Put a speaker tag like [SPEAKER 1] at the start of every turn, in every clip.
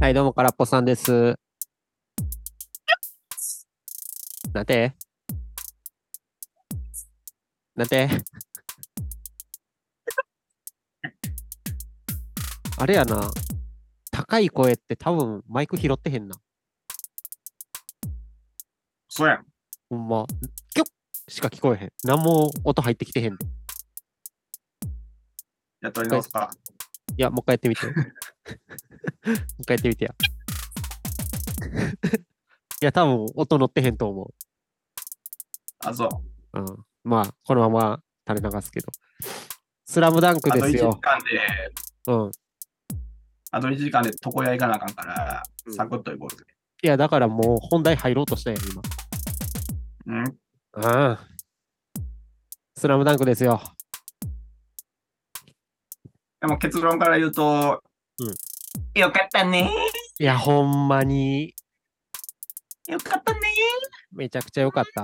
[SPEAKER 1] はい、どうも、からっぽさんです。なんてなんてあれやな。高い声って多分マイク拾ってへんな。
[SPEAKER 2] そうやん。
[SPEAKER 1] ほんま。キョッしか聞こえへん。何も音入ってきてへん。い
[SPEAKER 2] やっとり直すか。
[SPEAKER 1] や、もう一回やってみて。もう一回やってみてや。 いや、多分音乗ってへんと思う。
[SPEAKER 2] あ、そう。
[SPEAKER 1] うん、まあ、このまま垂れ流すけど。スラムダンク
[SPEAKER 2] あ
[SPEAKER 1] で
[SPEAKER 2] と1
[SPEAKER 1] す
[SPEAKER 2] 時
[SPEAKER 1] よ。
[SPEAKER 2] 間で、
[SPEAKER 1] うん。
[SPEAKER 2] あと1時間で床屋行かなあかんから、
[SPEAKER 1] うん
[SPEAKER 2] サクッと行こうぜ。
[SPEAKER 1] いや、だからもう本題入ろうとしたよ、今。
[SPEAKER 2] うん。
[SPEAKER 1] うん。スラムダンクですよ。
[SPEAKER 2] でも結論から言うと、
[SPEAKER 1] う
[SPEAKER 2] よかったね
[SPEAKER 1] いや、ほんまに、
[SPEAKER 2] よかったね
[SPEAKER 1] めちゃくちゃ良かった。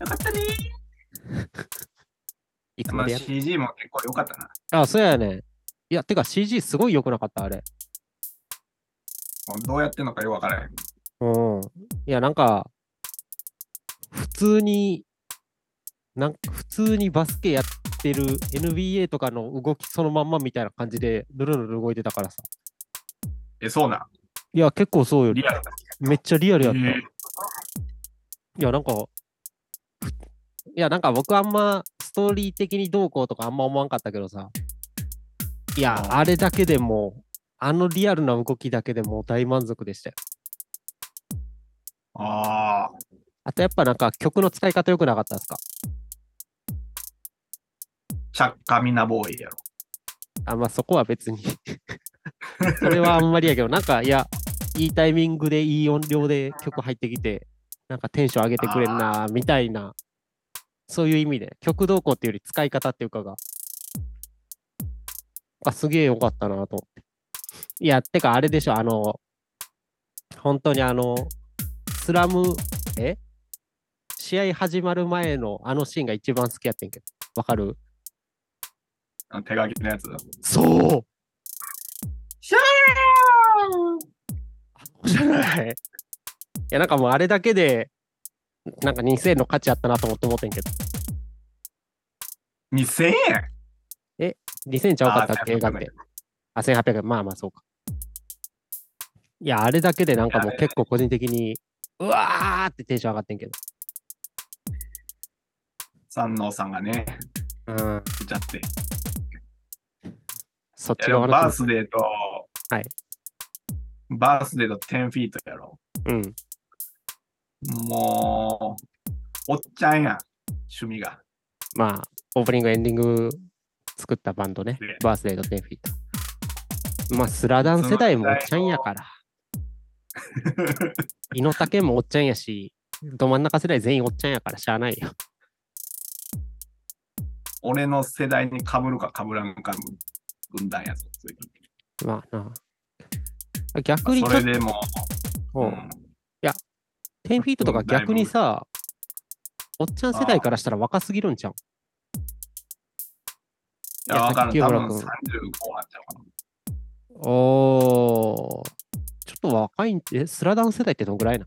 [SPEAKER 2] よかったね
[SPEAKER 1] いつ
[SPEAKER 2] ま
[SPEAKER 1] ま
[SPEAKER 2] あ
[SPEAKER 1] でやっ
[SPEAKER 2] CG も結構よかったな。
[SPEAKER 1] あ、そうやね。いや、てか CG すごい良くなかった、あれ。
[SPEAKER 2] もうどうやってんのかよくわからへん。
[SPEAKER 1] うん。いや、なんか、普通に、なんか普通にバスケやってる NBA とかの動きそのまんまみたいな感じで、ぬるぬる動いてたからさ。
[SPEAKER 2] え、そうな。
[SPEAKER 1] いや、結構そうよ。
[SPEAKER 2] リアルだ。
[SPEAKER 1] めっちゃリアルやった。
[SPEAKER 2] え
[SPEAKER 1] いや、なんか、いや、なんか僕あんまストーリー的にどうこうとかあんま思わんかったけどさ。いや、
[SPEAKER 2] うん
[SPEAKER 1] あれだけでも、あのリアルな動きだけでもう大満足でしたよ。
[SPEAKER 2] ーああ。
[SPEAKER 1] あとやっぱなんか曲の使い方良くなかったですか
[SPEAKER 2] チャッカミナボーイやろ。
[SPEAKER 1] あ、まあそこは別に。 それはあんまりやけど、なんかいや、いいタイミングでいい音量で曲入ってきて、なんかテンション上げてくれるな、みたいな。そういう意味で、曲動向っていうより使い方っていうかが。あすげえ良かったなと思って。いや、てかあれでしょ、あの、本当にあの、スラム、え試合始まる前のあのシーンが一番好きやってんけど、わかる
[SPEAKER 2] あの手書きのやつ。
[SPEAKER 1] そう
[SPEAKER 2] シャ
[SPEAKER 1] じゃない。いや、なんかもうあれだけで、なんか2000円の価値あったなと思って思ってんけど。
[SPEAKER 2] ー !2000 円
[SPEAKER 1] 2000円ちゃうかったっけ
[SPEAKER 2] あー
[SPEAKER 1] 映画って。あ、1800円。まあまあそうか。いや、あれだけでなんかもう結構個人的に、うわーってテンション上がってんけど。
[SPEAKER 2] 三能さんがね、
[SPEAKER 1] うん。
[SPEAKER 2] 来ちゃって。
[SPEAKER 1] そっ
[SPEAKER 2] いや
[SPEAKER 1] ち
[SPEAKER 2] でも
[SPEAKER 1] 側の気
[SPEAKER 2] バー
[SPEAKER 1] 持ち。
[SPEAKER 2] スデーと、
[SPEAKER 1] はい
[SPEAKER 2] バースデーと10フィートやろ。
[SPEAKER 1] うん。
[SPEAKER 2] もう、おっちゃんやん、趣味が。
[SPEAKER 1] まあ、オープニング、エンディング作ったバンドね
[SPEAKER 2] ね。
[SPEAKER 1] バースデーとテンフィート。まあ、スラダン世代もおっちゃんやから。井の丈もおっちゃんやし、ど真ん中世代全員おっちゃんやからしゃあないよ。
[SPEAKER 2] 俺の世代にかぶるかかぶらんか軍団やぞ。
[SPEAKER 1] まあな。逆にち
[SPEAKER 2] そ
[SPEAKER 1] ょ
[SPEAKER 2] れ
[SPEAKER 1] っ
[SPEAKER 2] でもう、
[SPEAKER 1] と、うん
[SPEAKER 2] ん
[SPEAKER 1] 10フィートとか逆にさ、おっちゃん世代からしたら若すぎるんちゃう
[SPEAKER 2] いや、わからん。
[SPEAKER 1] いや
[SPEAKER 2] 多
[SPEAKER 1] さっき
[SPEAKER 2] 分
[SPEAKER 1] ほら
[SPEAKER 2] 30後半ちゃうかな。
[SPEAKER 1] おー、ちょっと若いんえ、スラダン世代ってどんぐらいな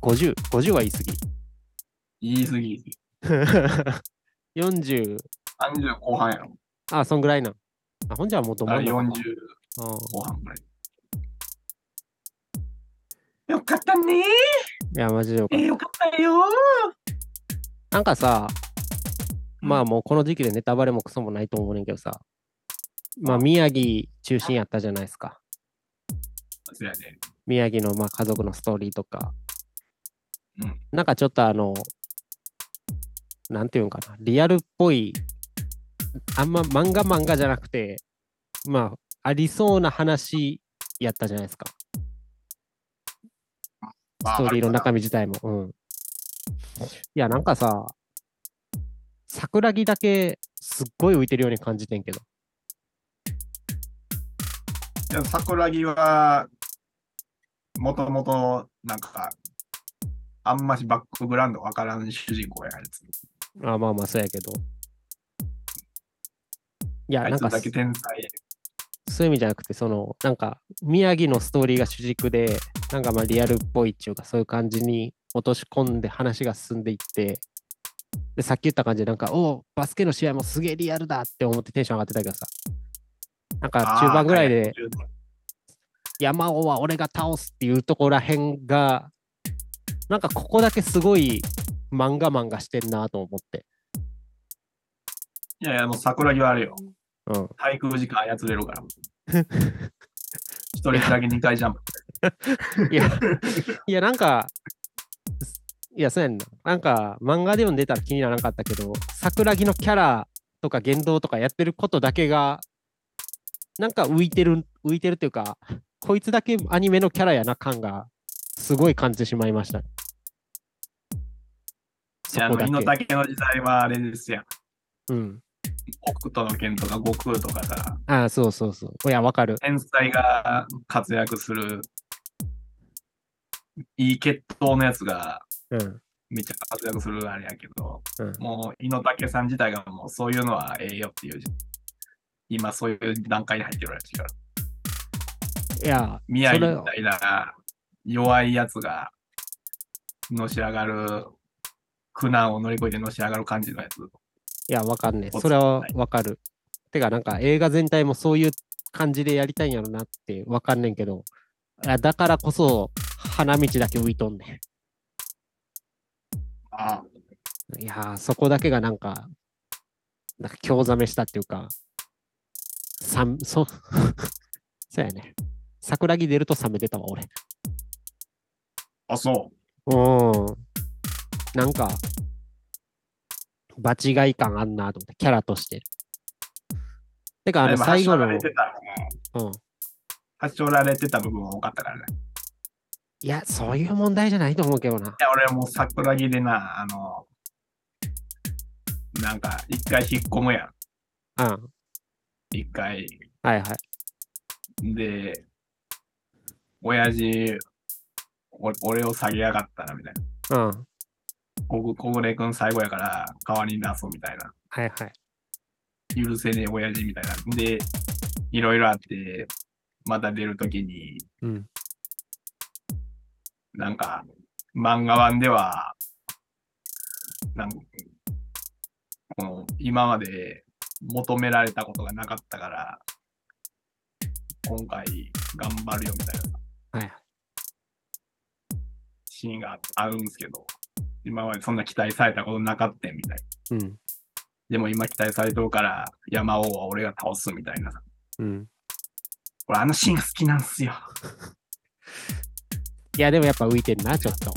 [SPEAKER 1] ?50、50は言い 過ぎ。
[SPEAKER 2] 言い過ぎ。
[SPEAKER 1] 40、
[SPEAKER 2] 30後半やろ。
[SPEAKER 1] あ、そんぐらいなん。あ、ほんじゃもうど
[SPEAKER 2] だか
[SPEAKER 1] 真
[SPEAKER 2] ら
[SPEAKER 1] ん中
[SPEAKER 2] 40
[SPEAKER 1] か。う
[SPEAKER 2] 後半ぐらい。よかった
[SPEAKER 1] ん
[SPEAKER 2] ね
[SPEAKER 1] いや、マジでよか
[SPEAKER 2] ー。
[SPEAKER 1] っ
[SPEAKER 2] えーよかったよ
[SPEAKER 1] た。なんかさ、
[SPEAKER 2] うん
[SPEAKER 1] まあもうこの時期でネタバレもクソもないと思うねんけどさ、まあ宮城中心やったじゃないですか。
[SPEAKER 2] ー。そうやね。
[SPEAKER 1] 宮城のまあ家族のストーリーとか、
[SPEAKER 2] うん
[SPEAKER 1] なんかちょっとあの、なんていうんかな、リアルっぽい、あんま漫画漫画じゃなくて、まあ、ありそうな話やったじゃないですか、
[SPEAKER 2] まあ
[SPEAKER 1] ストーリーの
[SPEAKER 2] あるか
[SPEAKER 1] 中身自体も。うん。いや、なんかさ、桜木だけすっごい浮いてるように感じてんけど。
[SPEAKER 2] でも桜木は、もともと、なんか、あんましバックグラウンドわからん主人公やつ。
[SPEAKER 1] あまあまあ、そうやけど。いや、
[SPEAKER 2] あい
[SPEAKER 1] なん
[SPEAKER 2] つ
[SPEAKER 1] か
[SPEAKER 2] だけ天才。
[SPEAKER 1] そういう意味じゃなくて、その、なんか、宮城のストーリーが主軸で、なんかまあリアルっぽいっていうか、そういう感じに落とし込んで話が進んでいって、で、さっき言った感じで、なんか、おうバスケの試合もすげえリアルだって思ってテンション上がってたけどさ、なんか中盤ぐらいで、山尾は俺が倒すっていうところらへんが、なんかここだけすごい漫画漫画してんなと思って。
[SPEAKER 2] いやいや、もう桜木はあれよ。
[SPEAKER 1] うん。
[SPEAKER 2] 滞空時間操れるから。一人だけ2回ジャンプ。
[SPEAKER 1] いや、いや、なんか、いや、そうやんな。なんか、漫画で読んでたら気にならなかったけど、桜木のキャラとか言動とかやってることだけが、なんか浮いてる、浮いてるっていうか、こいつだけアニメのキャラやな感が、すごい感じてしまいました。
[SPEAKER 2] い
[SPEAKER 1] そ
[SPEAKER 2] や、あ
[SPEAKER 1] こだ
[SPEAKER 2] の、身の
[SPEAKER 1] け。
[SPEAKER 2] 丈の時代はあれですやん。
[SPEAKER 1] うん。
[SPEAKER 2] 北斗の拳とか悟空とかさ、
[SPEAKER 1] ああ、そうそうそう。いや、わかる。
[SPEAKER 2] 天才が活躍する、いい血統のやつが
[SPEAKER 1] うん。
[SPEAKER 2] めっちゃ活躍するあれやけど、
[SPEAKER 1] うん
[SPEAKER 2] もう、井の竹さん自体がもうそういうのはええよっていう、今そういう段階に入ってるらしいから。
[SPEAKER 1] いや、
[SPEAKER 2] 宮
[SPEAKER 1] そ
[SPEAKER 2] 城
[SPEAKER 1] れ
[SPEAKER 2] みたいな弱いやつがのし上がる苦難を乗り越えてのし上がる感じのやつ。
[SPEAKER 1] いや、わかんねえ。
[SPEAKER 2] お
[SPEAKER 1] それは
[SPEAKER 2] はい
[SPEAKER 1] わかる。てか、なんか映画全体もそういう感じでやりたいんやろなってわかんねんけど、いやだからこそ、花道だけ浮いとんね
[SPEAKER 2] あ
[SPEAKER 1] ん。いやー、そこだけがなんか、なんか興ざめしたっていうか、さん、そ、 そうやね。桜木出ると冷めてたわ、俺。
[SPEAKER 2] あ、そ
[SPEAKER 1] うん。なんか、場違い感あんなと思って、キャラとして。て
[SPEAKER 2] う。
[SPEAKER 1] か、あの、
[SPEAKER 2] でも
[SPEAKER 1] 最後の、
[SPEAKER 2] はしょられ
[SPEAKER 1] う
[SPEAKER 2] てた
[SPEAKER 1] ん。
[SPEAKER 2] はしょられてた部分は多かったからね。
[SPEAKER 1] いや、そういう問題じゃないと思うけどな。
[SPEAKER 2] いや、俺はもう桜木でな、あの、なんか一回引っ込むやん。
[SPEAKER 1] うん。
[SPEAKER 2] 一回。
[SPEAKER 1] はいはい。
[SPEAKER 2] で、親父、お俺を下げやがったな、みたいな。
[SPEAKER 1] うん。はい
[SPEAKER 2] 小暮小暮君最後やから代わりに出そうみたいな。
[SPEAKER 1] はい。
[SPEAKER 2] 許せねえ親父みたいな。で、いろいろあって、また出るときに、
[SPEAKER 1] うん。
[SPEAKER 2] なんか、漫画版では、なんこの今まで求められたことがなかったから、今回頑張るよみたい
[SPEAKER 1] は
[SPEAKER 2] な
[SPEAKER 1] い。
[SPEAKER 2] シーンがあるんですけど、今までそんな期待されたことなかったみたいな。
[SPEAKER 1] うん。
[SPEAKER 2] でも今期待されてるから、山王は俺が倒すみたいな。
[SPEAKER 1] うん。
[SPEAKER 2] 俺あのシーンが好きなんすよ。
[SPEAKER 1] いや、でもやっぱ浮いてんな、ちょっと。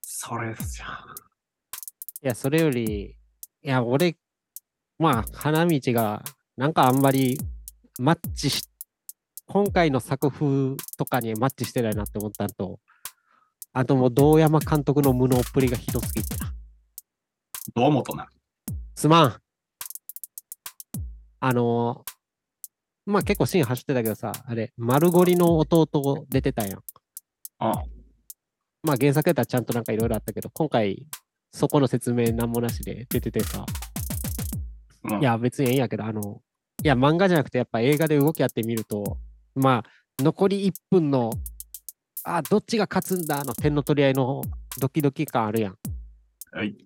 [SPEAKER 2] それですよ。
[SPEAKER 1] いや、それより、いや、俺、まあ、花道が、なんかあんまりマッチし、今回の作風とかにマッチしてないなって思ったのと、あともう、堂山監督の無能っぷりがひどすぎてな。
[SPEAKER 2] どうもとな。
[SPEAKER 1] すまん。あのーまあ結構シーン走ってたけどさ、あれ、丸ゴリの弟出てたやん。
[SPEAKER 2] うん。
[SPEAKER 1] まあ原作やったらちゃんとなんかいろいろあったけど、今回、そこの説明なんもなしで出ててさ、
[SPEAKER 2] うん
[SPEAKER 1] いや別にええんやけど、あの、いや漫画じゃなくてやっぱ映画で動きやってみると、まあ残り1分の、あ、どっちが勝つんだの点の取り合いのドキドキ感あるやん。
[SPEAKER 2] はい。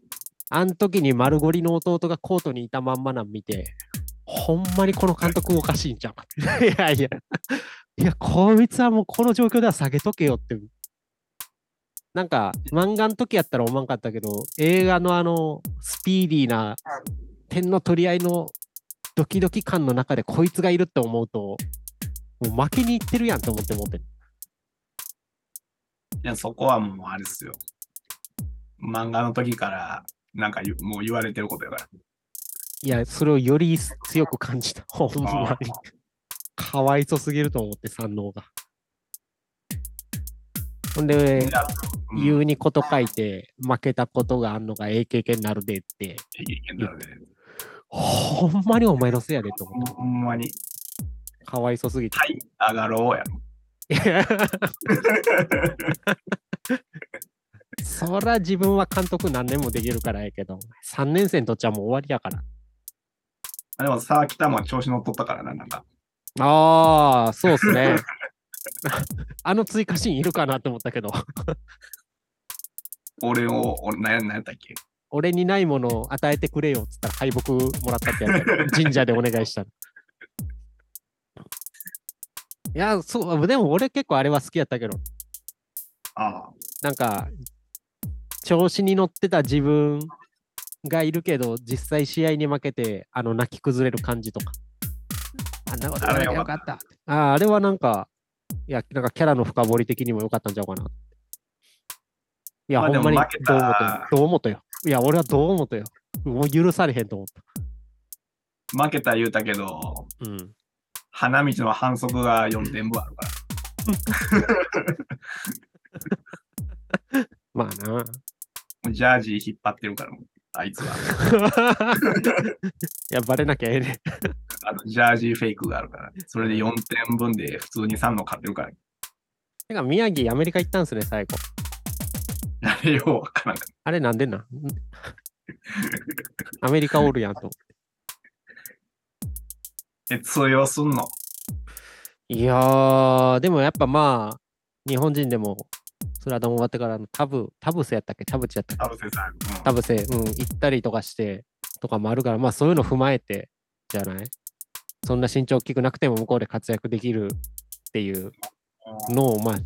[SPEAKER 1] あん時に丸ゴリの弟がコートにいたまんまなん見て、ほんまにこの監督おかしいんちゃうか って。いやいや、いや、こいつはもうこの状況では下げとけよって。なんか、漫画の時やったら思わんかったけど、映画のあの、スピーディーな点の取り合いのドキドキ感の中でこいつがいるって思うと、もう負けにいってるやんと思って思ってる。
[SPEAKER 2] いや、そこはもうあれっすよ。漫画の時から、なんか言うもう言われてることやから。
[SPEAKER 1] いや、それをより強く感 じた。ほんまに。かわいそすぎると思って、三能が。ほんで、
[SPEAKER 2] うん
[SPEAKER 1] 言うにこと書いて、負けたことがあんのがええ経験になるでって、
[SPEAKER 2] いい意見だよね
[SPEAKER 1] ほんまにお前のせいやでと思っ
[SPEAKER 2] ほんまに、
[SPEAKER 1] て、かわいそすぎて。
[SPEAKER 2] はい、上がろうやろ。
[SPEAKER 1] そら自分は監督何年もできるからやけど、3年生にとっちゃもう終わりやから。
[SPEAKER 2] でも、さあ、北も調子乗っとったからな、なんか。
[SPEAKER 1] ああ、そうです ね。あの追加シーンいるかなと思ったけど、
[SPEAKER 2] 俺を、俺、ななんやったっけ
[SPEAKER 1] 俺にないものを与えてくれよっつったら敗北もらったってやつやろ神社でお願いしたら。いや、そう、でも俺結構あれは好きやったけど、
[SPEAKER 2] ああ、
[SPEAKER 1] なんか、調子に乗ってた自分がいるけど、実際試合に負けて、あの、泣き崩れる感じとか。あんなことやらなきゃよかった。ああ、あれはなんか、いや、なんかキャラの深掘り的にも良かったんちゃうかな。いや、
[SPEAKER 2] まあ
[SPEAKER 1] ほんまに
[SPEAKER 2] でも負け
[SPEAKER 1] ど
[SPEAKER 2] た
[SPEAKER 1] う思ったよ。どう思ったよ。いや、俺はどう思ったよ。もう許されへんと思っ
[SPEAKER 2] 負けた言うたけど、
[SPEAKER 1] た。うん。
[SPEAKER 2] 花道の反則が4点分あるから。
[SPEAKER 1] まあな。
[SPEAKER 2] もうジャージ引っ張ってるから、もうあいつは。
[SPEAKER 1] いや、バレなきゃええね。
[SPEAKER 2] あのジャージフェイクがあるから。それで4点分で普通に3の買ってるから。
[SPEAKER 1] てか、宮城、アメリカ行ったんすね、最後。
[SPEAKER 2] やれよう、わからんかっ
[SPEAKER 1] あれ、なんでなんアメリカおるやんと。
[SPEAKER 2] た。え、通用すんの
[SPEAKER 1] いやー、でもやっぱまあ、日本人でも、スラダン終わってからのタブ、タブセやったっけタブチやったっけ
[SPEAKER 2] 田臥さん。うん
[SPEAKER 1] タブセ、うん、行ったりとかして、とかもあるから、まあそういうの踏まえて、じゃないそんな身長大きくなくても向こうで活躍できるっていうのを、まあ、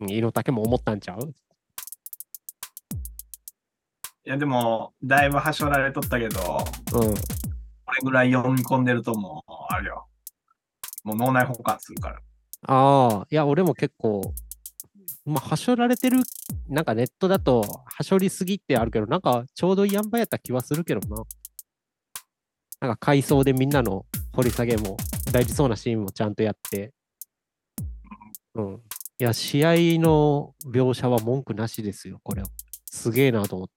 [SPEAKER 1] うん井の丈も思ったんちゃう
[SPEAKER 2] いや、でも、だいぶはしょられとったけど、こ
[SPEAKER 1] うん。
[SPEAKER 2] れぐらい読み込んでるともう、あれよ。もう脳内保管するから。
[SPEAKER 1] ああ、いや、俺も結構、まあ、はしょられてる、なんかネットだと、はしょりすぎってあるけど、なんかちょうどいい塩梅やった気はするけどな。なんか回想でみんなの掘り下げも、大事そうなシーンもちゃんとやって。うん。いや、試合の描写は文句なしですよ、これは。すげえなと思って。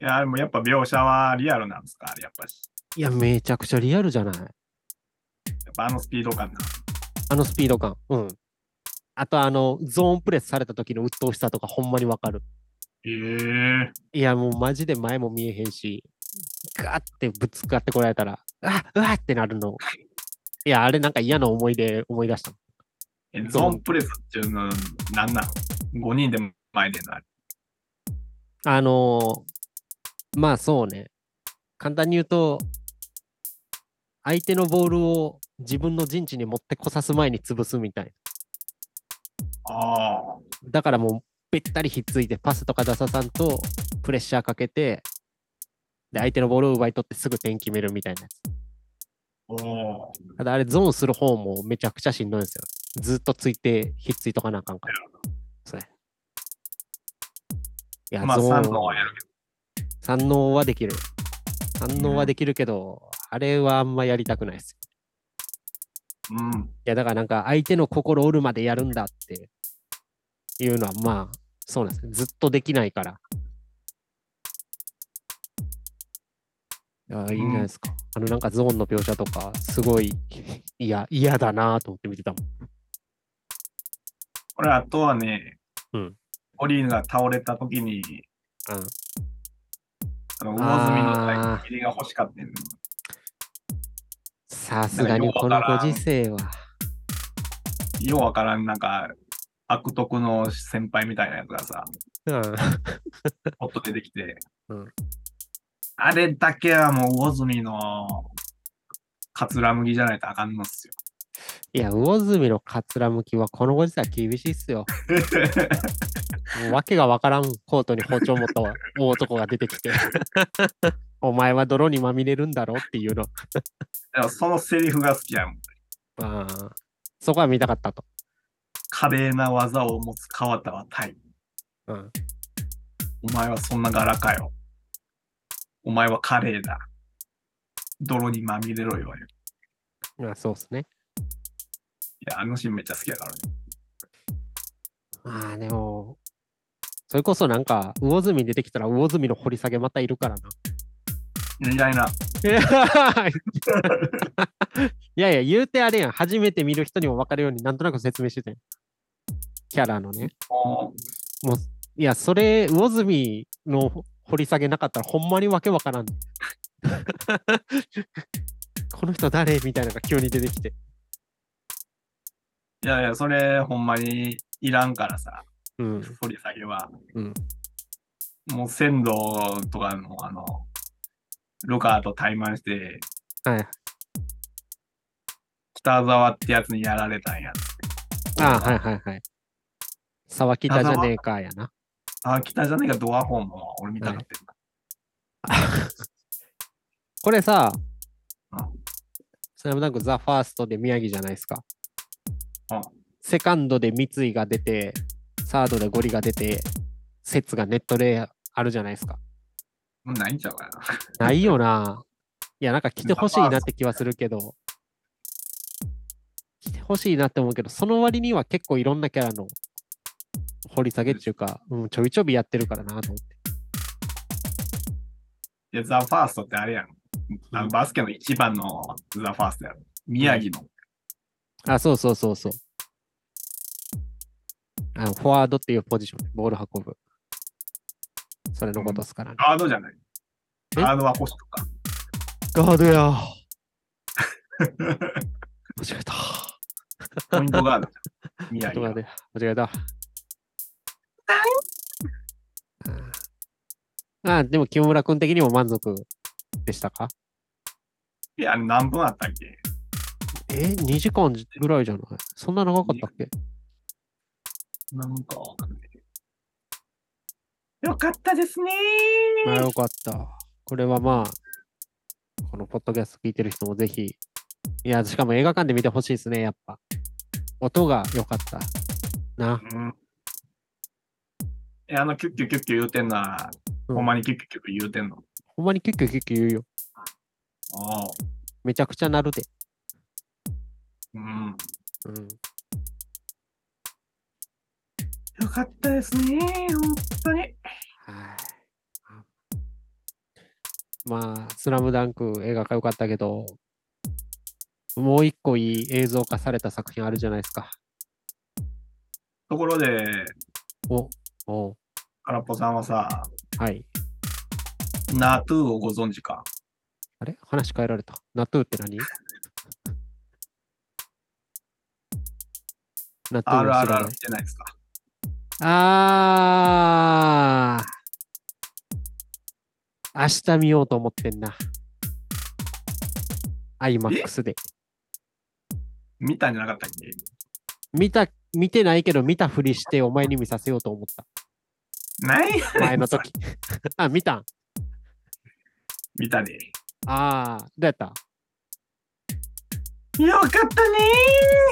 [SPEAKER 2] いや、でもやっぱ描写はリアルなんですかあれやっぱし。
[SPEAKER 1] いや、めちゃくちゃリアルじゃない
[SPEAKER 2] やっぱあのスピード感な。
[SPEAKER 1] あのスピード感。うん。あと、あの、ゾーンプレスされた時の鬱陶しさとか、ほんまにわかる。
[SPEAKER 2] ええ
[SPEAKER 1] いや、もうマジで前も見えへんし、ガーってぶつかってこられたら、あうわってなるの。いや、あれなんか嫌な思い出思い出した。
[SPEAKER 2] えゾーンプレスっていうのは何なの ?5 人で前でなる。
[SPEAKER 1] あのーまあそうね。簡単に言うと、相手のボールを自分の陣地に持ってこさす前に潰すみたいな。
[SPEAKER 2] ああ。
[SPEAKER 1] だからもうべったりひっついてパスとか出ささんとプレッシャーかけて、で、相手のボールを奪い取ってすぐ点決めるみたいなやつ。
[SPEAKER 2] おお。
[SPEAKER 1] ただあれゾーンする方もめちゃくちゃしんどいんですよ。ずっとついて、ひっついとかなあかんから。そうね。いや、
[SPEAKER 2] まあ、
[SPEAKER 1] ゾーン
[SPEAKER 2] 3のはやるけ
[SPEAKER 1] 三能はできる。三能はできるけど、あれはあんまやりたくないです。
[SPEAKER 2] ど。うん。
[SPEAKER 1] いや、だからなんか相手の心折るまでやるんだっていうのは、まあ、そうなんです。ずっとできないから。いや、いいんじゃないですか。あの、なんかゾーンの描写とか、すごい、いや、嫌だなと思って見てたもん。
[SPEAKER 2] これ、あとはね、
[SPEAKER 1] うん
[SPEAKER 2] オリーヌが倒れた時に、
[SPEAKER 1] うん
[SPEAKER 2] あの、魚住の
[SPEAKER 1] あー
[SPEAKER 2] 体切りが欲しかったん
[SPEAKER 1] さすがにこのご時世は。
[SPEAKER 2] ようわからん、なんか、悪徳の先輩みたいなやつが さ、
[SPEAKER 1] うん、
[SPEAKER 2] ポッと出てきて、
[SPEAKER 1] うん
[SPEAKER 2] あれだけはもう魚住のかつらむぎじゃないとあかんのっすよ。
[SPEAKER 1] いや、魚住のかつらむきはこのご時世は厳しいっすよ。もうわけがわからんコートに包丁持ったわ大男が出て きて。お前は泥にまみれるんだろっていうの。
[SPEAKER 2] でもそのセリフが好きやもん。
[SPEAKER 1] あーそこは見たかったと。
[SPEAKER 2] 華麗な技を持つ川田はタイ。
[SPEAKER 1] うん、
[SPEAKER 2] お前はそんな柄かよ。お前はカレーだ。泥にまみれろよ。い
[SPEAKER 1] まあそうっすね。
[SPEAKER 2] や、あのシーンめっちゃ好きだからね。
[SPEAKER 1] まあでも、それこそなんか、魚住出てきたら魚住の掘り下げまたいるから な。
[SPEAKER 2] みたいな。
[SPEAKER 1] いやいや、言うてあれやん。初めて見る人にも分かるように、なんとなく説明してたやん。キャラのね。
[SPEAKER 2] も
[SPEAKER 1] いや、それ、魚住の掘り下げなかったら、ほんまにわけわからん。 この人誰みたいなのが急に出てきて。
[SPEAKER 2] いやいや、それほんまにいらんからさ、
[SPEAKER 1] うん。
[SPEAKER 2] 掘り下げは。
[SPEAKER 1] うん
[SPEAKER 2] もう鮮度とかの、あの、ルカーと対マンして、
[SPEAKER 1] はい。
[SPEAKER 2] 北沢ってやつにやられたんやつ。
[SPEAKER 1] ああ、はいはいはい。沢北じゃねえかやな。
[SPEAKER 2] あ、北じゃねえか、ドアホンも俺見たかった。
[SPEAKER 1] これさ
[SPEAKER 2] うん、
[SPEAKER 1] スラムダンクザ・ファーストで宮城じゃないですか
[SPEAKER 2] うん。
[SPEAKER 1] セカンドで三井が出て、サードでゴリが出て、説がネットであるじゃないですか。
[SPEAKER 2] うんないんちゃうかな。
[SPEAKER 1] ないよな。いや、なんか来てほしいなって気はするけど、来てほしいなって思うけど、その割には結構いろんなキャラの掘り下げっていうか、うん、ちょいちょびやってるからなと思って。
[SPEAKER 2] いや、ザ・ファーストってあれやん。あのバスケの一番のザ・ファーストやろ。宮城の。
[SPEAKER 1] あ、そうそうそうそう。あのフォワードっていうポジションでボール運ぶ。それのことですからね。
[SPEAKER 2] ガードじゃない。
[SPEAKER 1] え
[SPEAKER 2] ガードは星と か。
[SPEAKER 1] ガードやー。間違えた。
[SPEAKER 2] ポイントガードじゃん。宮
[SPEAKER 1] ちょっと
[SPEAKER 2] 城は
[SPEAKER 1] 待。って間違えた。ああ、でも清村君的にも満足でしたか
[SPEAKER 2] いや、何分あったっけ
[SPEAKER 1] え、2時間ぐらいじゃないそんな長かったっけ
[SPEAKER 2] なんかわかんない。よかったですね
[SPEAKER 1] まあよかった。これはまあ、このポッドキャスト聞いてる人もぜひ、いや、しかも映画館で見てほしいですね、やっぱ。音が良かった。な、
[SPEAKER 2] うん。え、あの、キュッキュキュッキュ言うてんな。
[SPEAKER 1] うん
[SPEAKER 2] ほんまにキュッキュキュッキュ言うてんの。
[SPEAKER 1] ほんまにキュッキュキュッキュ言うよ。
[SPEAKER 2] ああ。
[SPEAKER 1] めちゃくちゃなるで。
[SPEAKER 2] うん。
[SPEAKER 1] うん。
[SPEAKER 2] よかったですね本当に。
[SPEAKER 1] はい。まあ、スラムダンク映画が良かったけど、もう一個いい映像化された作品あるじゃないですか。
[SPEAKER 2] ところで、
[SPEAKER 1] お、お、
[SPEAKER 2] 空っぽさんはさ、
[SPEAKER 1] はい。
[SPEAKER 2] ナトゥーをご存知か。
[SPEAKER 1] あれ話変えられた。ナトゥーって何ナトゥーは知らな
[SPEAKER 2] RRR
[SPEAKER 1] い
[SPEAKER 2] 見。てないですか。
[SPEAKER 1] あー。明日見ようと思ってんな。IMAX で。
[SPEAKER 2] 見たんじゃなかったっけ
[SPEAKER 1] 見た、見てないけど見たふりしてお前に見させようと思った。
[SPEAKER 2] ない
[SPEAKER 1] 前の 時。あ、見たん
[SPEAKER 2] 見たね。
[SPEAKER 1] ああ、どうやった
[SPEAKER 2] よかったね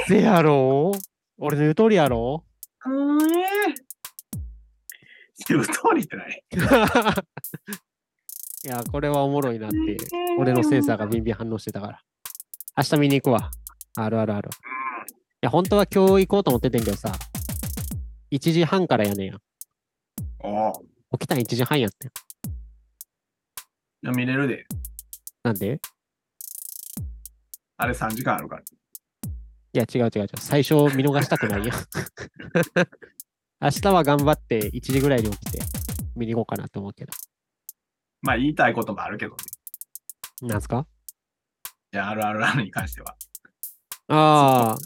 [SPEAKER 1] せやろ俺の言う通りやろ
[SPEAKER 2] ーうーん。言う通りってない。
[SPEAKER 1] いや、これはおもろいなって、俺のセンサーがビンビン反応してたから。明日見に行くわ。あるあるある。いや、本当は今日行こうと思っててんけどさ、1時半からやねんや。
[SPEAKER 2] おう
[SPEAKER 1] 起きたん1時半やってん。
[SPEAKER 2] いや見れるで。
[SPEAKER 1] なんで
[SPEAKER 2] あれ3時間あるから。
[SPEAKER 1] いや、違う違う違う。最初見逃したくない やん。明日は頑張って1時ぐらいに起きて見に行こうかなと思うけど。
[SPEAKER 2] まあ言いたいこともあるけどね。
[SPEAKER 1] なんすか
[SPEAKER 2] いや、RRR に関しては。
[SPEAKER 1] ああ、
[SPEAKER 2] ある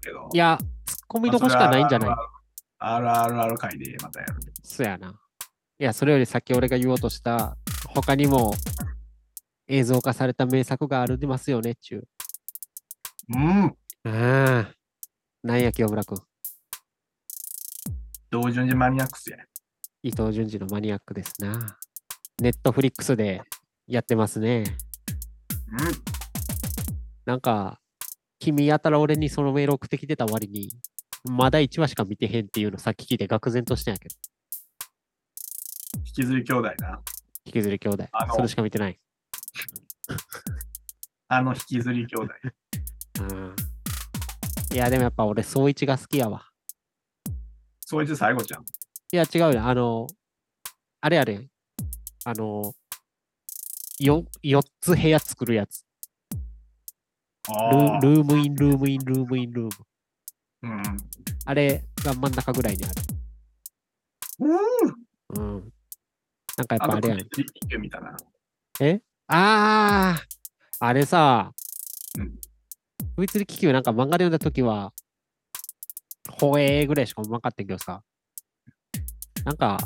[SPEAKER 2] けど。
[SPEAKER 1] いや、突っ込みどこしかないんじゃない
[SPEAKER 2] まあそれは ?RRR 会でまたやる。
[SPEAKER 1] そやな。いや、それよりさっき俺が言おうとした、他にも映像化された名作がありますよねっちゅう。
[SPEAKER 2] うん。
[SPEAKER 1] ああ。なんや、清村君。
[SPEAKER 2] 同順次マニアックスや。
[SPEAKER 1] 伊藤淳二のマニアックですな。ネットフリックスでやってますね。
[SPEAKER 2] うん。
[SPEAKER 1] なんか、君やたら俺にそのメール送ってきてた割に、まだ1話しか見てへんっていうのさっき聞いて愕然としてんやけど、
[SPEAKER 2] 引きずり兄弟な。
[SPEAKER 1] 引きずり兄弟
[SPEAKER 2] あ。の
[SPEAKER 1] それしか見てない。
[SPEAKER 2] あの引きずり兄弟。
[SPEAKER 1] うん。いや、でもやっぱ俺、総一が好きやわ。
[SPEAKER 2] そいつ最後ちゃん。
[SPEAKER 1] いや、違うよ。あの、あれあれ。あの、よ、4つ部屋作るやつ。ル
[SPEAKER 2] ああ
[SPEAKER 1] ー。ルームイン、ルームイン、ルームイン、ルーム。
[SPEAKER 2] うん。
[SPEAKER 1] あれが真ん中ぐらいにある。
[SPEAKER 2] うん。
[SPEAKER 1] うん。なんかやっぱ
[SPEAKER 2] あ
[SPEAKER 1] あ
[SPEAKER 2] と
[SPEAKER 1] れや
[SPEAKER 2] 引
[SPEAKER 1] ね
[SPEAKER 2] きずりみたいな。
[SPEAKER 1] あああれさ、物理気球なんか漫画で読んだ時は、ほえーぐらいしか思わんかったけどさ、なんか、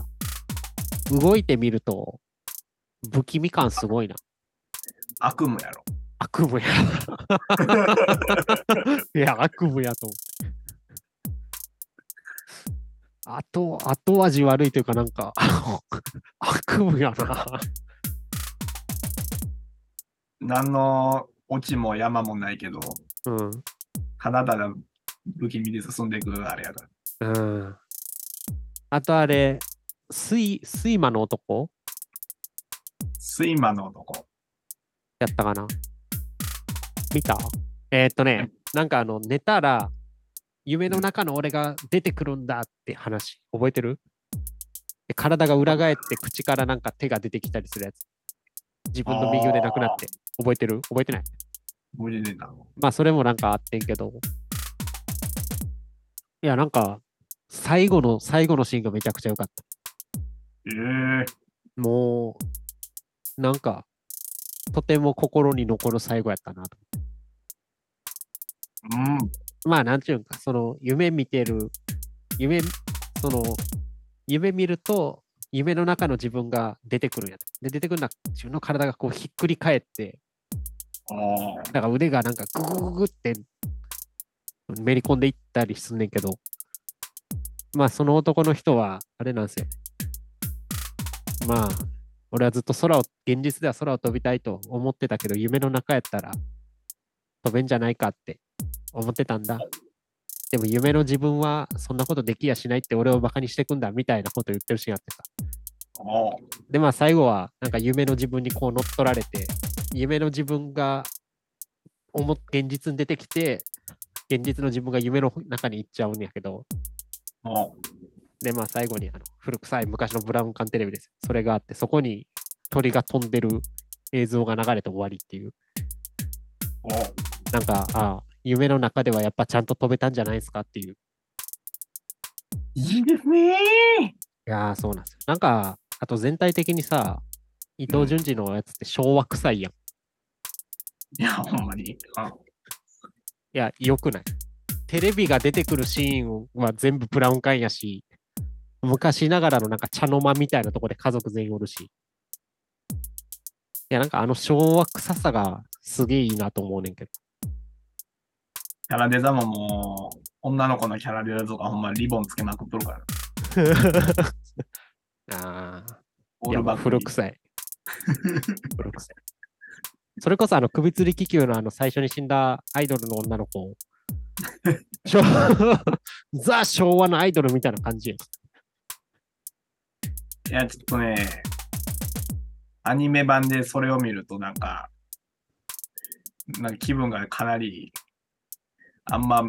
[SPEAKER 1] 動いてみると、不気味感すごいな。
[SPEAKER 2] 悪夢やろ。
[SPEAKER 1] 悪夢や。いや、悪夢やと思って。あと、後味悪いというか、なんか、悪夢やな。
[SPEAKER 2] 何の落ちも山もないけど、
[SPEAKER 1] うん。
[SPEAKER 2] ただただ不気味で進んでいくあれやから。
[SPEAKER 1] うん。あとあれ、睡、睡魔の男
[SPEAKER 2] 睡魔の男。
[SPEAKER 1] やったかな見たえーっとね、なんかあの、寝たら、夢の中の俺が出てくるんだって話、覚えてるで体が裏返って、口からなんか手が出てきたりするやつ。自分の右腕なくなって、覚えてる覚えてない
[SPEAKER 2] 無理でなの。
[SPEAKER 1] まあ、それもなんかあってんけど。いや、なんか、最後の、最後のシーンがめちゃくちゃ良かった。
[SPEAKER 2] ええ
[SPEAKER 1] もう、なんか、とても心に残る最後やったなと。
[SPEAKER 2] うん。
[SPEAKER 1] まあ、なんちゅうんか、その、夢見てる、夢、その、夢見ると、夢の中の自分が出てくるんやと。で、出てくるのは自分の体がこうひっくり返って、
[SPEAKER 2] あ
[SPEAKER 1] だから腕がなんかググググってめり込んでいったりすんねんけど、まあその男の人はあれなんですよ。まあ、俺はずっと空を、現実では空を飛びたいと思ってたけど、夢の中やったら飛べんじゃないかって思ってたんだ。でも夢の自分はそんなことできやしないって俺をバカにしてくんだみたいなこと言ってるシーンあってさ。
[SPEAKER 2] あ。ああ。
[SPEAKER 1] でまあ最後はなんか夢の自分にこう乗っ取られて夢の自分が思っ現実に出てきて現実の自分が夢の中に行っちゃうんやけど
[SPEAKER 2] ああ。
[SPEAKER 1] でまあ最後にあの古臭い昔のブラウン管テレビですそれがあってそこに鳥が飛んでる映像が流れて終わりっていう
[SPEAKER 2] あ
[SPEAKER 1] なんかああ夢の中ではやっぱちゃんと飛べたんじゃないですかっていう
[SPEAKER 2] いいですね
[SPEAKER 1] いやーそうなんですよなんかあと全体的にさ伊藤潤二のやつって昭和臭いやん、
[SPEAKER 2] いや、ほんまに。あ
[SPEAKER 1] いや、良くない。テレビが出てくるシーンは全部ブラウン管やし、昔ながらのなんか茶の間みたいなとこで家族全員おるし。いや、なんかあの昭和臭さがすげえいいなと思うねんけど。
[SPEAKER 2] キャラデザももう、女の子のキャラデザとかほんまリボンつけまくっとるから。
[SPEAKER 1] ああ。い
[SPEAKER 2] オー
[SPEAKER 1] や、
[SPEAKER 2] ル
[SPEAKER 1] ま
[SPEAKER 2] バ
[SPEAKER 1] あ、
[SPEAKER 2] ック
[SPEAKER 1] 古
[SPEAKER 2] に
[SPEAKER 1] 臭い。古臭い。それこそ、あの、首吊り気球のあの、最初に死んだアイドルの女の子。昭 ザ昭和のアイドルみたいな感じやん。
[SPEAKER 2] いや、ちょっとね、アニメ版でそれを見るとなんか、なんか気分がかなり、あんま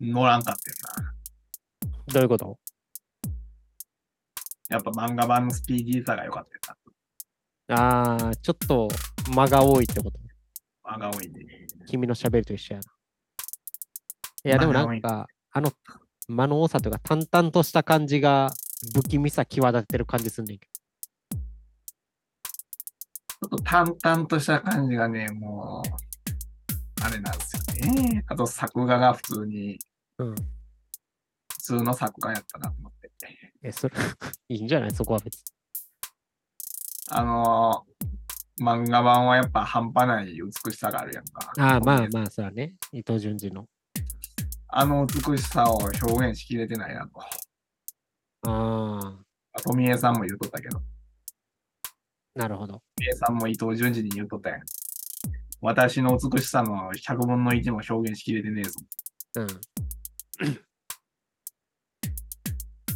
[SPEAKER 2] 乗らんかったよな。
[SPEAKER 1] どういうこと
[SPEAKER 2] やっぱ漫画版のスピーディーさが良かったよ
[SPEAKER 1] ああ、ちょっと間が多いってこと。
[SPEAKER 2] な。漫画多いんで、ね。
[SPEAKER 1] 君の喋りと一緒やな。いや、でもなん
[SPEAKER 2] 間
[SPEAKER 1] か、あの、間の多さというか、淡々とした感じが、不気味さ際立ってる感じすんねんけ
[SPEAKER 2] ちょっと淡々とした感じがね、もう、あれなんですよね。あと作画が普通に、
[SPEAKER 1] ど。うん。
[SPEAKER 2] 普通の作家やったなと思って。
[SPEAKER 1] え、それ、 いいんじゃないそこは別に。
[SPEAKER 2] あのー漫画版はやっぱ半端ない美しさがあるやんか。
[SPEAKER 1] ああ、まあまあ、そらね。伊藤潤二の。
[SPEAKER 2] あの美しさを表現しきれてないなと。
[SPEAKER 1] ああ、
[SPEAKER 2] 富江さんも言うとったけど、
[SPEAKER 1] なるほど。
[SPEAKER 2] 富江さんも伊藤淳二に言うとったやん。私の美しさの100分の1も表現しきれてねえぞ。
[SPEAKER 1] うん。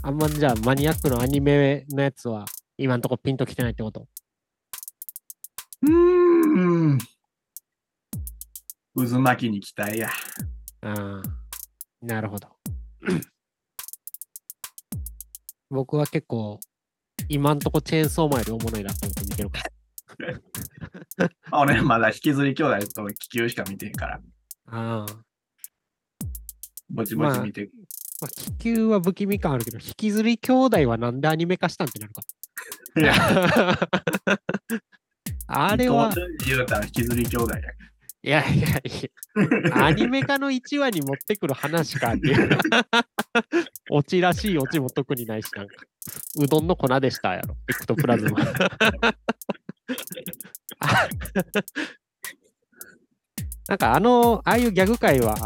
[SPEAKER 1] あんまじゃあ、マニアックのアニメのやつは、今んとこピンときてないってこと
[SPEAKER 2] うーん。渦巻きに期待や。
[SPEAKER 1] ああ、なるほど。 僕は結構、今んとこチェーンソーマンよりおもろいなと思って見てるから。
[SPEAKER 2] まあ俺まだ引きずり兄弟と気球しか見てへんから、
[SPEAKER 1] ああ。
[SPEAKER 2] ぼちぼち見ていく。
[SPEAKER 1] まあ、気球は不気味感あるけど、引きずり兄弟はなんでアニメ化したんってなるか。
[SPEAKER 2] いや
[SPEAKER 1] あれは
[SPEAKER 2] 伊、藤淳二言うたら引きずり兄弟や。
[SPEAKER 1] いやいやいや、アニメ化の1話に持ってくる話かっていう。オチらしいオチも特にないし、なんか、うどんの粉でしたやろ、エクトプラズマ。 あなんかあの、ああいうギャグ界は、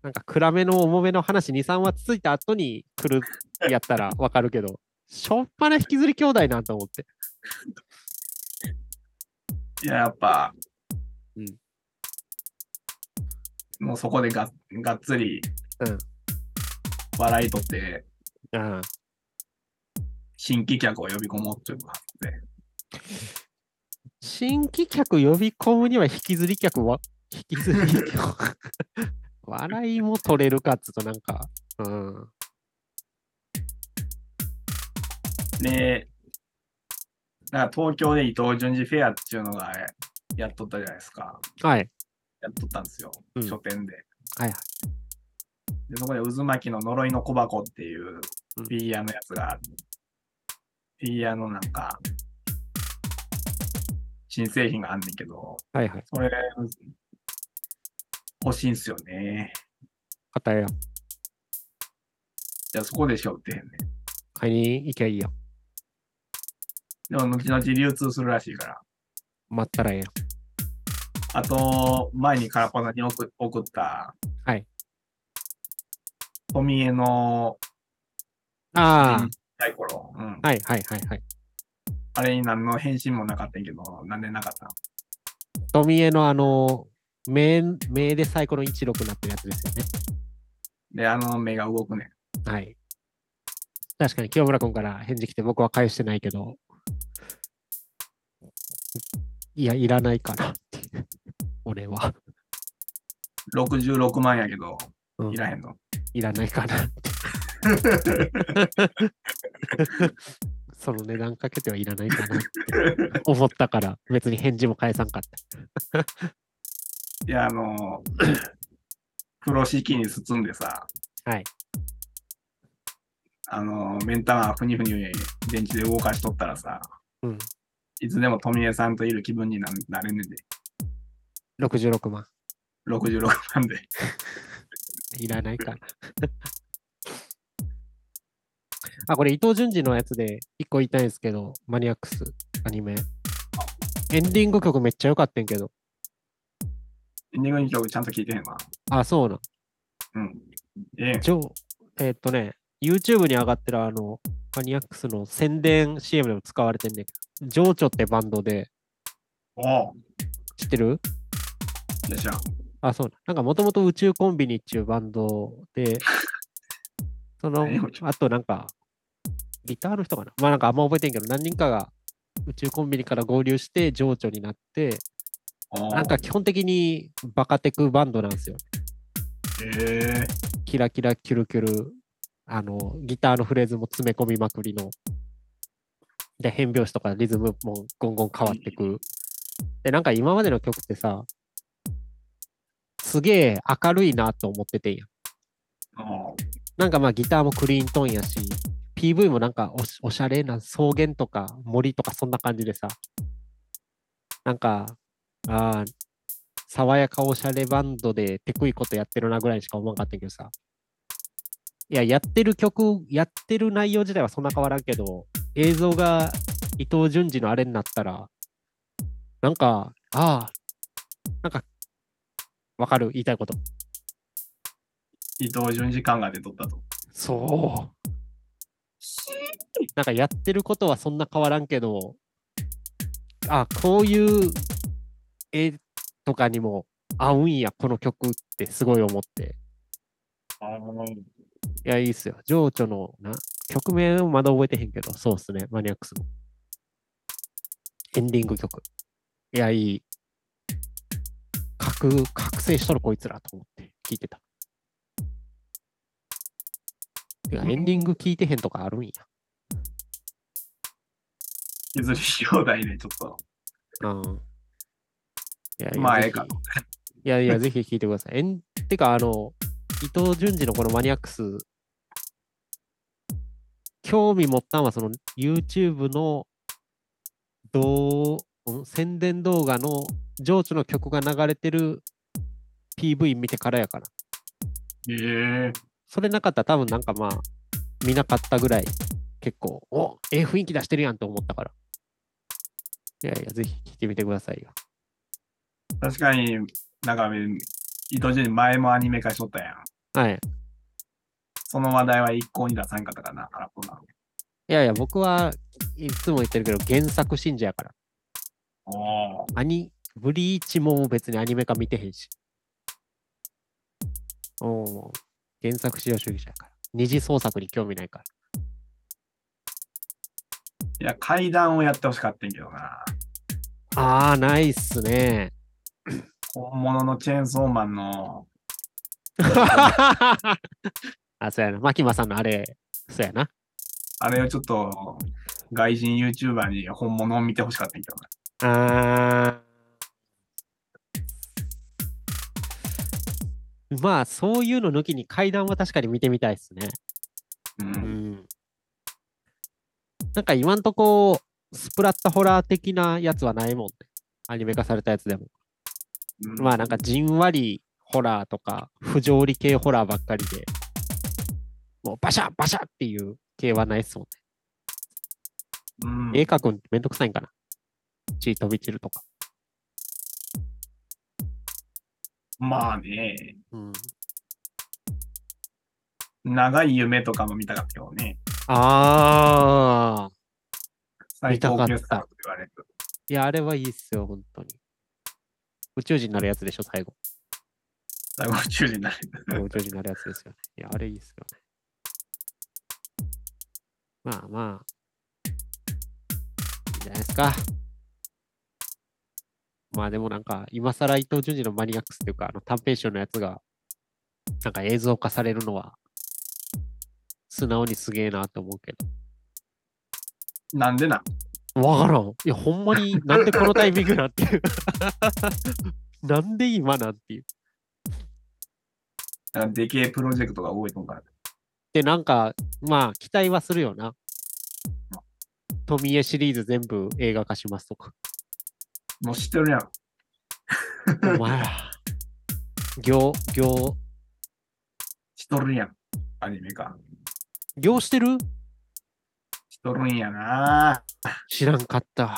[SPEAKER 1] なんか暗めの重めの話2、3話ついた後に来るやったらわかるけど、しょっぱな引きずり兄弟なんと思って。
[SPEAKER 2] いや、やっぱ、
[SPEAKER 1] うん
[SPEAKER 2] もうそこでががっつり、
[SPEAKER 1] うん
[SPEAKER 2] 笑い取って、
[SPEAKER 1] うん。
[SPEAKER 2] 新規客を呼び込もうというか、
[SPEAKER 1] 新規客呼び込むには引きずり客は、引きずり客 笑いも取れるかっつうとなんか、うん。
[SPEAKER 2] で、なんか東京で伊藤淳二フェアっていうのがやっとったじゃないですか。
[SPEAKER 1] はい。
[SPEAKER 2] やっとったんですよ、
[SPEAKER 1] うん
[SPEAKER 2] 書店で。
[SPEAKER 1] はいはい。
[SPEAKER 2] で、そこで渦巻きの呪いの小箱っていう
[SPEAKER 1] うん
[SPEAKER 2] フィギュアのやつが、フィギュアのなんか、新製品があんねんけど、
[SPEAKER 1] はいはい。
[SPEAKER 2] それ、欲しいんすよね。
[SPEAKER 1] 片や、
[SPEAKER 2] じゃあそこでしょ売ってへんねん。
[SPEAKER 1] 買いに行きゃいいや。
[SPEAKER 2] でも、後々流通するらしいから。
[SPEAKER 1] 待ったらええやん。
[SPEAKER 2] あと、前に空っぽさんに送送った、
[SPEAKER 1] はい。
[SPEAKER 2] 富江の
[SPEAKER 1] あ
[SPEAKER 2] サイコロ。うん
[SPEAKER 1] あ、はいはいはいはい。
[SPEAKER 2] あれに何の返信もなかったんやけど、なんでなかったの
[SPEAKER 1] 富江のあの、目、目でサイコロ16になってるやつですよね。
[SPEAKER 2] で、あの目が動くねん。
[SPEAKER 1] はい。確かに清村君から返事来て僕は返してないけど、いや、いらないかなっていう。俺は、
[SPEAKER 2] 66万やけど、
[SPEAKER 1] うん
[SPEAKER 2] いらへんの。
[SPEAKER 1] いらないかなって。その値段かけてはいらないかなって思ったから、別に返事も返さんかっ
[SPEAKER 2] いや、あの、 風呂敷に包んでさ、
[SPEAKER 1] はい。
[SPEAKER 2] あの、目ん玉ふにふに電池で動かしとったらさ、
[SPEAKER 1] た。うん。
[SPEAKER 2] いつでも富江さんといる気分にななれんねんで、
[SPEAKER 1] 66万。
[SPEAKER 2] 66万で。
[SPEAKER 1] いらないか な。あ、これ伊藤淳二のやつで一個言いたいんですけど、マニアックスアニメ。エンディング曲めっちゃ良かったんけど。
[SPEAKER 2] エンディングの曲ちゃんと聴いてへんわ。
[SPEAKER 1] あ、そうなん。
[SPEAKER 2] うん。ええん
[SPEAKER 1] じょえーっとね、YouTube に上がってるあの、マニアックスの宣伝 CM でも使われてんねんけど、情緒ってバンドで、
[SPEAKER 2] おう。
[SPEAKER 1] 知ってる
[SPEAKER 2] よっしゃ。
[SPEAKER 1] あ、そうなん。なんかもともと宇宙コンビニっていうバンドで、その
[SPEAKER 2] 何を言って、
[SPEAKER 1] あとなんか、ギターの人かなまあなんかあんま覚えてんけど、何人かが宇宙コンビニから合流して情緒になって、
[SPEAKER 2] おう
[SPEAKER 1] なんか基本的にバカテクバンドなんですよ。
[SPEAKER 2] ええ
[SPEAKER 1] キラキラキュルキュル、あの、ギターのフレーズも詰め込みまくりの。で、変拍子とかリズムもゴンゴン変わってく。で、なんか今までの曲ってさ、すげえ明るいなと思っててんやん。
[SPEAKER 2] おう
[SPEAKER 1] なんかまあギターもクリーントーンやし、PV もなんかおしおしゃれな草原とか森とかそんな感じでさ、なんか、あー爽やかおしゃれバンドでテクいことやってるなぐらいにしか思わんかったけどさ、いや、やってる曲、やってる内容自体はそんな変わらんけど、映像が伊藤淳二のあれになったら、なんか、ああ、なんか、わかる、言いたいこと。
[SPEAKER 2] 伊藤淳二感が出とったと。
[SPEAKER 1] そう。なんかやってることはそんな変わらんけど、あ、こういう絵とかにも合うんや、この曲ってすごい思って。いや、いいっすよ。情緒のな、曲名をまだ覚えてへんけど、そうっすね、マニアックスも。エンディング曲。いや、いい。覚、覚醒しとるこいつらと思って聞いてた。てかエンディング聞いてへんとかあるんや。
[SPEAKER 2] 譲り兄弟でちょっと。
[SPEAKER 1] うん。いや
[SPEAKER 2] まあ
[SPEAKER 1] ぜ
[SPEAKER 2] ええか
[SPEAKER 1] ひいやいや、ぜひ聞いてください。えんてか、あの、伊藤淳二のこのマニアックス、興味持ったんは、その YouTube のどう、ん宣伝動画の情緒の曲が流れてる PV 見てからやから。
[SPEAKER 2] ええ
[SPEAKER 1] それなかったら多分なんかまあ、見なかったぐらい、結構、おええ雰囲気出してるやんと思ったから。いやいや、ぜひ聞いてみてくださいよ。
[SPEAKER 2] 確かになんか糸順に前もアニメ化しとったやん。
[SPEAKER 1] はい。
[SPEAKER 2] その話題は一向に出さんかったかな、空っぽな。
[SPEAKER 1] いやいや、僕はいつも言ってるけど、原作信者やから。
[SPEAKER 2] おお。
[SPEAKER 1] アニ、ブリーチも別にアニメ化見てへんし。おう原作使用主義者やから。二次創作に興味ないから。
[SPEAKER 2] いや、階段をやってほしかったんやけどな。
[SPEAKER 1] ああ、ないっすね。
[SPEAKER 2] 本物のチェーンソーマンの、
[SPEAKER 1] あ、そうやな。牧間さんのあれ、そうやな。
[SPEAKER 2] あれをちょっと、外人 YouTuber に本物を見てほしかったんやけどな。
[SPEAKER 1] あーまあ、そういうの抜きに階段は確かに見てみたいっすね。
[SPEAKER 2] う。
[SPEAKER 1] うんん。なんか今んとこ、スプラッタホラー的なやつはないもんね。アニメ化されたやつでも。まあなんかじんわりホラーとか、不条理系ホラーばっかりで、もうバシャッバシャッっていう系はないっすもんね。
[SPEAKER 2] うん、
[SPEAKER 1] 絵描くんってめんどくさいんかな。血飛び散るとか。
[SPEAKER 2] まあね、
[SPEAKER 1] うん。
[SPEAKER 2] 長い夢とかも見たかったけどね。
[SPEAKER 1] ああ。
[SPEAKER 2] 最高傑
[SPEAKER 1] 見たか
[SPEAKER 2] 作と言われる。
[SPEAKER 1] いや、あれはいいっすよ、本当に。宇宙人になるやつでしょ、最後。
[SPEAKER 2] 最後宇宙人になる。
[SPEAKER 1] 宇宙人になるやつですよね。いや、あれいいっすよね。まあまあ。いいんじゃないですか。まあでもなんか、今更伊藤淳二のマニアックスっていうか、あの短編集のやつが、なんか映像化されるのは、素直にすげえなと思うけど。
[SPEAKER 2] なんでな。
[SPEAKER 1] わからん。いや、ほんまになんでこのタイミングなんていう。 なんで今なんていう。
[SPEAKER 2] なんかでけえプロジェクトが動いとんから。
[SPEAKER 1] で、なんか、まあ、期待はするよな。富江シリーズ全部映画化します とか。
[SPEAKER 2] もう知ってるやん。
[SPEAKER 1] お前ら、行、行、
[SPEAKER 2] しとるやん。アニメか。
[SPEAKER 1] 行してる
[SPEAKER 2] しとるんやな。
[SPEAKER 1] 知らんかった。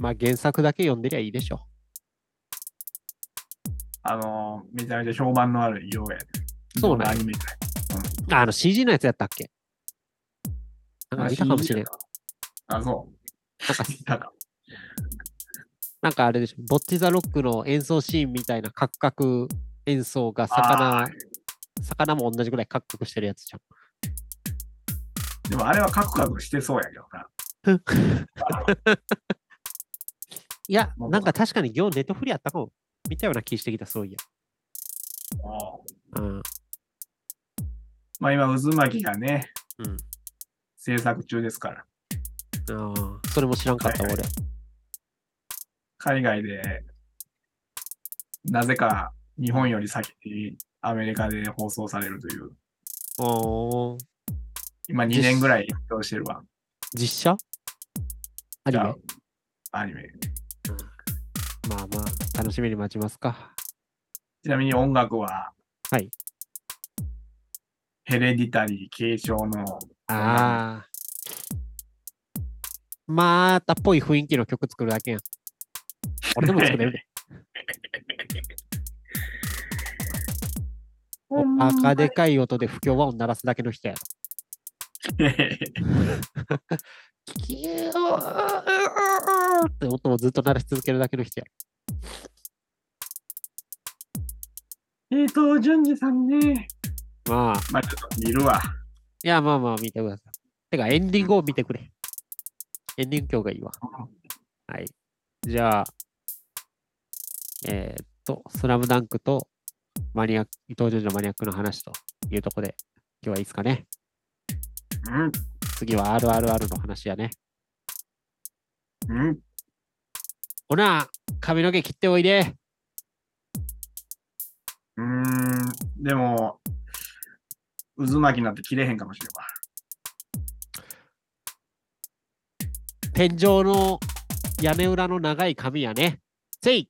[SPEAKER 1] まあ、原作だけ読んでりゃいいでしょ。
[SPEAKER 2] あのー、めちゃめちゃ評判のある色やね。
[SPEAKER 1] そうなん
[SPEAKER 2] アニメか。
[SPEAKER 1] ああの CG のやつやったっけなんか見たかもしれん。
[SPEAKER 2] あ、そう。
[SPEAKER 1] なんか
[SPEAKER 2] 見たか。
[SPEAKER 1] なんかあれでしょ、ボッチザロックの演奏シーンみたいなカクカク演奏が
[SPEAKER 2] あ
[SPEAKER 1] 魚、魚も同じぐらいカクカクしてるやつじゃん。
[SPEAKER 2] でもあれはカクカクしてそうやけどな。
[SPEAKER 1] いや、
[SPEAKER 2] もう
[SPEAKER 1] なんか確かに行ネットフリやったかも。見たような気してきた、そういや。うん。
[SPEAKER 2] まあ今、渦巻きがね、
[SPEAKER 1] うん。
[SPEAKER 2] 制作中ですから。
[SPEAKER 1] ああ、それも知らんかった、
[SPEAKER 2] はい
[SPEAKER 1] 俺。
[SPEAKER 2] 海外で、なぜか日本より先にアメリカで放送されるという。
[SPEAKER 1] おー
[SPEAKER 2] 今2年ぐらい発表してるわ。
[SPEAKER 1] 実写アニメ
[SPEAKER 2] じゃあアニメ。
[SPEAKER 1] まあまあ、楽しみに待ちますか。
[SPEAKER 2] ちなみに音楽は、
[SPEAKER 1] はい。
[SPEAKER 2] ヘレディタリー継承の、
[SPEAKER 1] ああ。またっぽい雰囲気の曲作るだけやん。俺でも作れる で。おバ カでかい音で不協和音鳴らすだけの人やろ。キューって音をずっと鳴らし続けるだけの人や。
[SPEAKER 2] えっと、淳二さんね。
[SPEAKER 1] まあ、
[SPEAKER 2] まあ、ちょっと見るわ。
[SPEAKER 1] いや、まあまあ見てください。てか、エンディングを見てくれ。エンディング今日がいいわ。はい。じゃあ、えーっと、スラムダンクとマニアック、伊藤ジョのマニアックの話というとこで、今日はいいですかね。
[SPEAKER 2] うん、
[SPEAKER 1] 次は RRR の話やね。
[SPEAKER 2] うん。
[SPEAKER 1] ほな、髪の毛切っておいで。
[SPEAKER 2] うーん、でも、渦巻きになって切れへんかもしれんわ。
[SPEAKER 1] 天井の屋根裏の長い髪やね。せい